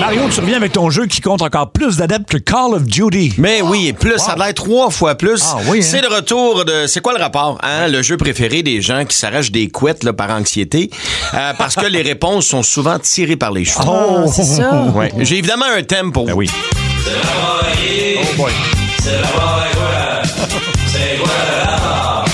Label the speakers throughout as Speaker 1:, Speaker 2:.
Speaker 1: Mario, tu reviens avec ton jeu qui compte encore plus d'adeptes que Call of Duty.
Speaker 2: Mais oui, et plus, ça a l'air trois fois plus.
Speaker 1: Ah oui, hein?
Speaker 2: C'est le retour de. C'est quoi le rapport, hein? Le jeu préféré des gens qui s'arrachent des couettes là, par anxiété, euh, parce que les réponses sont souvent tirées par les cheveux.
Speaker 3: Ah, c'est ça.
Speaker 2: Ouais. J'ai évidemment un thème pour
Speaker 1: Ben
Speaker 2: vous.
Speaker 1: oui.
Speaker 4: Oh boy. C'est la mort à quoi? C'est quoi de la mort?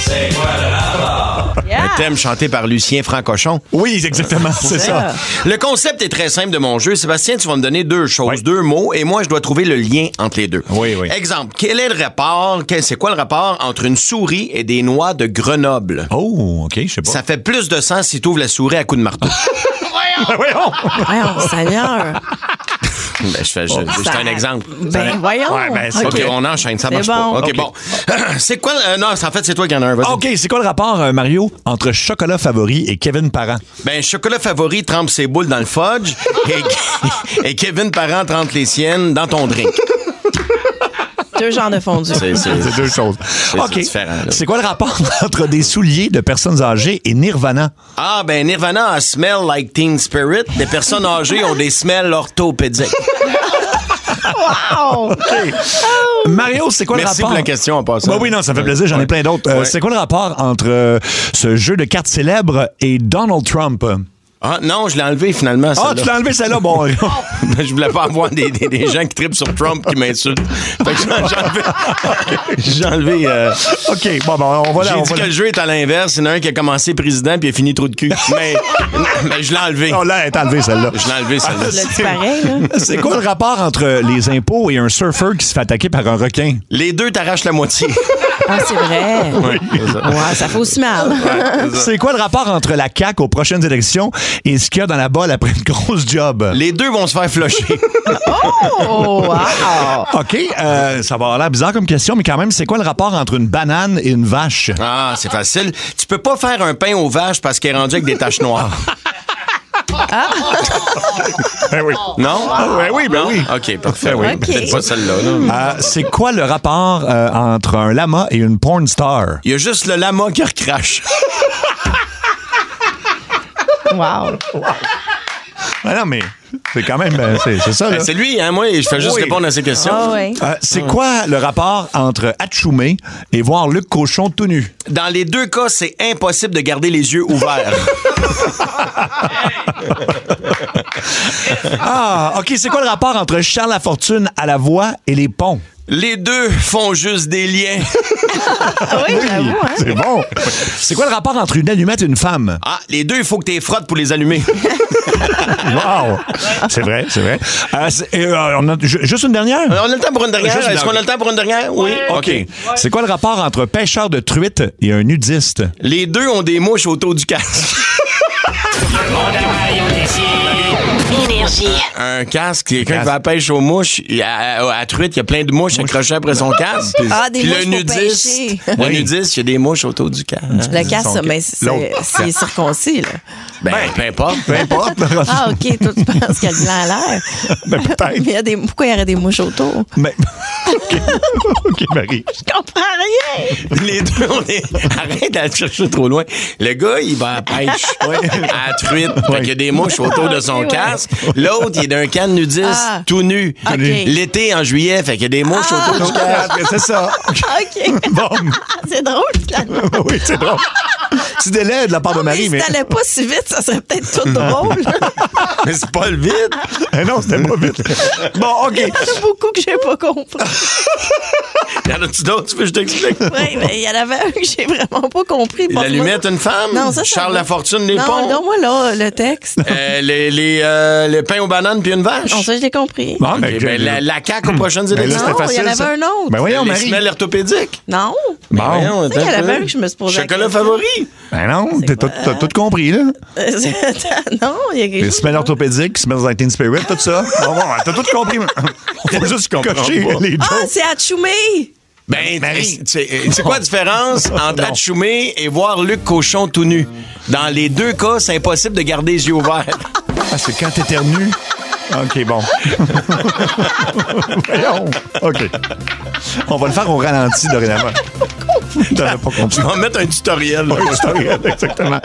Speaker 4: C'est quoi de la mort?
Speaker 3: Yeah.
Speaker 2: Un thème chanté par Lucien Francochon.
Speaker 1: Oui, exactement, Ah, c'est ça.
Speaker 3: Ah.
Speaker 2: Le concept est très simple de mon jeu. Sébastien, tu vas me donner deux choses,
Speaker 1: Oui.
Speaker 2: deux mots, et moi, je dois trouver le lien entre les deux.
Speaker 1: Oui, oui.
Speaker 2: Exemple, quel est le rapport, quel- c'est quoi le rapport entre une souris et des noix de Grenoble?
Speaker 1: Oh, OK, je sais pas.
Speaker 2: Ça fait plus de sens si tu ouvres la souris à coups de marteau.
Speaker 1: Ben voyons!
Speaker 3: Voyons, Seigneur.
Speaker 2: ben, je fais, je- c'est
Speaker 3: Oh, Ça-
Speaker 2: un exemple.
Speaker 3: Ben, voyons.
Speaker 1: Ouais, ben, c'est-
Speaker 2: OK, on enchaîne, ça
Speaker 3: C'est
Speaker 2: marche pas.
Speaker 3: bon.
Speaker 2: OK,
Speaker 3: OK.
Speaker 2: bon. c'est quoi... le- euh, non, en fait, c'est toi qui en as un, vas-y.
Speaker 1: OK, c'est quoi le rapport, euh, Mario, entre chocolat favori et Kevin Parent?
Speaker 2: Ben, chocolat favori trempe ses boules dans le fudge et, et Kevin Parent trempe les siennes dans ton drink.
Speaker 3: Deux genres de fondue.
Speaker 2: C'est- c'est-
Speaker 1: C'est deux choses.
Speaker 2: c'est
Speaker 1: OK.
Speaker 2: différent, là.
Speaker 1: C'est quoi le rapport entre des souliers de personnes âgées et Nirvana?
Speaker 2: Ah, ben Nirvana a smell like teen spirit. Les personnes âgées ont des smells orthopédiques.
Speaker 3: Wow!
Speaker 1: Mario, c'est quoi
Speaker 2: Merci
Speaker 1: le rapport?
Speaker 2: pour la question, en passant.
Speaker 1: Bah oui, non, ça me fait plaisir, j'en ai plein d'autres. Euh,
Speaker 2: Ouais.
Speaker 1: C'est quoi le rapport entre euh, ce jeu de cartes célèbre et Donald Trump?
Speaker 2: Ah, non, je l'ai enlevé finalement.
Speaker 1: Ah, tu l'as
Speaker 2: celle-là.
Speaker 1: enlevé celle-là, bon.
Speaker 2: Ben, je voulais pas avoir des, des- des gens qui tripent sur Trump qui m'insultent. Fait que j'ai enlevé. J'ai enlevé, euh,
Speaker 1: OK, bon, bon, on va là,
Speaker 2: j'ai
Speaker 1: on
Speaker 2: dit
Speaker 1: va
Speaker 2: que
Speaker 1: là.
Speaker 2: le jeu est à l'inverse. Il y en a un qui a commencé président puis il a fini trou de cul. Mais, mais je l'ai enlevé.
Speaker 1: Non, là, elle est enlevée, celle-là.
Speaker 2: Je l'ai enlevé celle-là.
Speaker 3: Tu l'as dit Ah, pareil, là.
Speaker 1: C'est quoi le rapport entre les impôts et un surfeur qui se fait attaquer par un requin?
Speaker 2: Les deux t'arrachent la moitié.
Speaker 3: Ah, c'est vrai. Ouais, ça fait aussi mal.
Speaker 1: C'est quoi le rapport entre la CAQ aux prochaines élections et ce qu'il y a dans la balle après une grosse job?
Speaker 2: Les deux vont se faire flusher.
Speaker 3: Oh, wow!
Speaker 1: OK, euh, ça va avoir l'air bizarre comme question, mais quand même, c'est quoi le rapport entre une banane et une vache?
Speaker 2: Ah, c'est facile. Tu peux pas faire un pain aux vaches parce qu'il est rendu avec des taches noires.
Speaker 1: Ben oui.
Speaker 2: Non?
Speaker 1: ben oui, ben
Speaker 2: Non?
Speaker 1: oui.
Speaker 2: OK, parfait. Oui.
Speaker 3: Ok.
Speaker 2: Peut-être pas celle-là. là.
Speaker 1: Euh, c'est quoi le rapport euh, entre un lama et une porn star?
Speaker 2: Il y a juste le lama qui recrache.
Speaker 3: Wow!
Speaker 1: Ah non, mais c'est quand même. euh, c'est, c'est ça, là.
Speaker 2: Ben, c'est lui, hein, moi, je fais juste
Speaker 1: Oui.
Speaker 2: répondre à ces questions.
Speaker 3: Ah ouais.
Speaker 1: Euh, c'est quoi le rapport entre Atchoumé et voir Luc Cochon tout nu?
Speaker 2: Dans les deux cas, c'est impossible de garder les yeux ouverts.
Speaker 1: Ah, OK, c'est quoi le rapport entre Charles Lafortune à la voix et les ponts?
Speaker 2: les deux font juste des liens.
Speaker 3: oui, j'avoue, hein?
Speaker 1: C'est bon. C'est quoi le rapport entre une allumette et une femme?
Speaker 2: Ah, les deux, il faut que tu les frottes pour les allumer.
Speaker 1: Wow! C'est vrai, c'est vrai. Euh, c'est- et, euh, on a ju- juste une dernière?
Speaker 2: On a le temps pour une dernière.
Speaker 1: Juste une
Speaker 2: Est-ce qu'on a le temps pour une dernière? Oui. OK.
Speaker 1: OK. C'est quoi le rapport entre pêcheur de truites et un nudiste?
Speaker 2: Les deux ont des mouches autour du casque.
Speaker 5: Énergie.
Speaker 2: Un casque, quelqu'un qui va à la pêche aux mouches, il y a- euh, à, à truite, il y a plein de mouches accrochées après son casque.
Speaker 3: Ah, des
Speaker 2: Puis
Speaker 3: mouches
Speaker 2: le
Speaker 3: pour
Speaker 2: nudiste,
Speaker 3: pêcher.
Speaker 2: le nudiste, il y a des mouches autour du casque.
Speaker 3: Le casse,
Speaker 1: Son-
Speaker 3: mais c'est
Speaker 1: l'autre.
Speaker 3: c'est circoncis, là.
Speaker 2: Ben, peu importe.
Speaker 1: Peu importe.
Speaker 3: Ah, OK, toi, tu penses qu'il y a le blanc à l'air.
Speaker 1: Ben, peut-être.
Speaker 3: Mais il y a des, pourquoi il y aurait des mouches autour?
Speaker 1: Mais... OK. OK, Marie.
Speaker 3: Je comprends rien!
Speaker 2: Les deux, on est. Arrête d'aller te chercher trop loin. Le gars, il va à la pêche, à la truite. Fait qu'il y a des mouches autour de son
Speaker 3: Ok, ouais.
Speaker 2: casque. L'autre, il est d'un can nudiste,
Speaker 3: Ah.
Speaker 2: tout nu. Ah.
Speaker 3: Ok.
Speaker 2: L'été, en juillet, fait qu'il y a des mouches autour du casque.
Speaker 1: C'est ça.
Speaker 3: OK.
Speaker 1: Bon.
Speaker 3: C'est drôle, finalement.
Speaker 1: Oui, c'est drôle. Tu délais de la part de
Speaker 3: Mais
Speaker 1: Marie,
Speaker 3: si
Speaker 1: mais.
Speaker 3: t'allais pas si vite, ça serait peut-être tout drôle.
Speaker 2: Mais c'est pas le vide.
Speaker 1: Eh non, c'était pas vite. Bon, OK.
Speaker 3: C'est beaucoup que j'ai pas compris.
Speaker 2: Y en a-tu d'autres? Tu veux que je t'explique?
Speaker 3: Ouais, mais il y en avait un que j'ai vraiment pas compris. Pense-moi-
Speaker 2: L'allumette, une femme?
Speaker 3: Non, ça, ça
Speaker 2: Charles
Speaker 3: va.
Speaker 2: Lafortune, les
Speaker 3: Non,
Speaker 2: ponts?
Speaker 3: donne-moi là le texte.
Speaker 1: Ben,
Speaker 2: Euh, les, les, euh, le pain aux bananes puis une vache?
Speaker 3: Non, ça, je l'ai compris.
Speaker 1: Bon,
Speaker 2: Ok,
Speaker 1: ben,
Speaker 2: ben, la, la caque aux prochaines
Speaker 1: là,
Speaker 2: élections.
Speaker 1: c'était
Speaker 3: non, il y en
Speaker 1: facile,
Speaker 3: avait
Speaker 1: ça.
Speaker 3: un autre.
Speaker 1: Ben voyons,
Speaker 2: les
Speaker 1: Marie.
Speaker 2: semelles orthopédiques.
Speaker 3: Non?
Speaker 1: Bon.
Speaker 2: Ben, Voyons,
Speaker 3: C'est qu'il y en
Speaker 2: attends un
Speaker 3: avait
Speaker 2: peu.
Speaker 3: un que je me suis posé la
Speaker 2: Chocolat
Speaker 3: question.
Speaker 2: favori.
Speaker 1: Ben non, t'as tout, t'as tout compris, là.
Speaker 3: Attends, non, il y a quelque
Speaker 1: Les
Speaker 3: chose.
Speaker 1: semelles orthopédiques, smells like teen spirit, tout ça. Bon, bon, t'as tout compris. Faut juste
Speaker 2: comprends
Speaker 1: cocher
Speaker 2: pas.
Speaker 1: les
Speaker 3: Ah,
Speaker 1: jokes.
Speaker 3: c'est Hachoumé!
Speaker 2: Ben, c'est- c'est c'est quoi la différence entre Atchoumé et voir Luc Cochon tout nu? Dans les deux cas, c'est impossible de garder les yeux ouverts.
Speaker 1: Ah, c'est quand t'éternues. OK, bon. Voyons. OK. On va le faire au ralenti dorénavant. T'avais pas compris.
Speaker 2: On va mettre un tutoriel.
Speaker 1: Oui, c'est vrai, Exactement.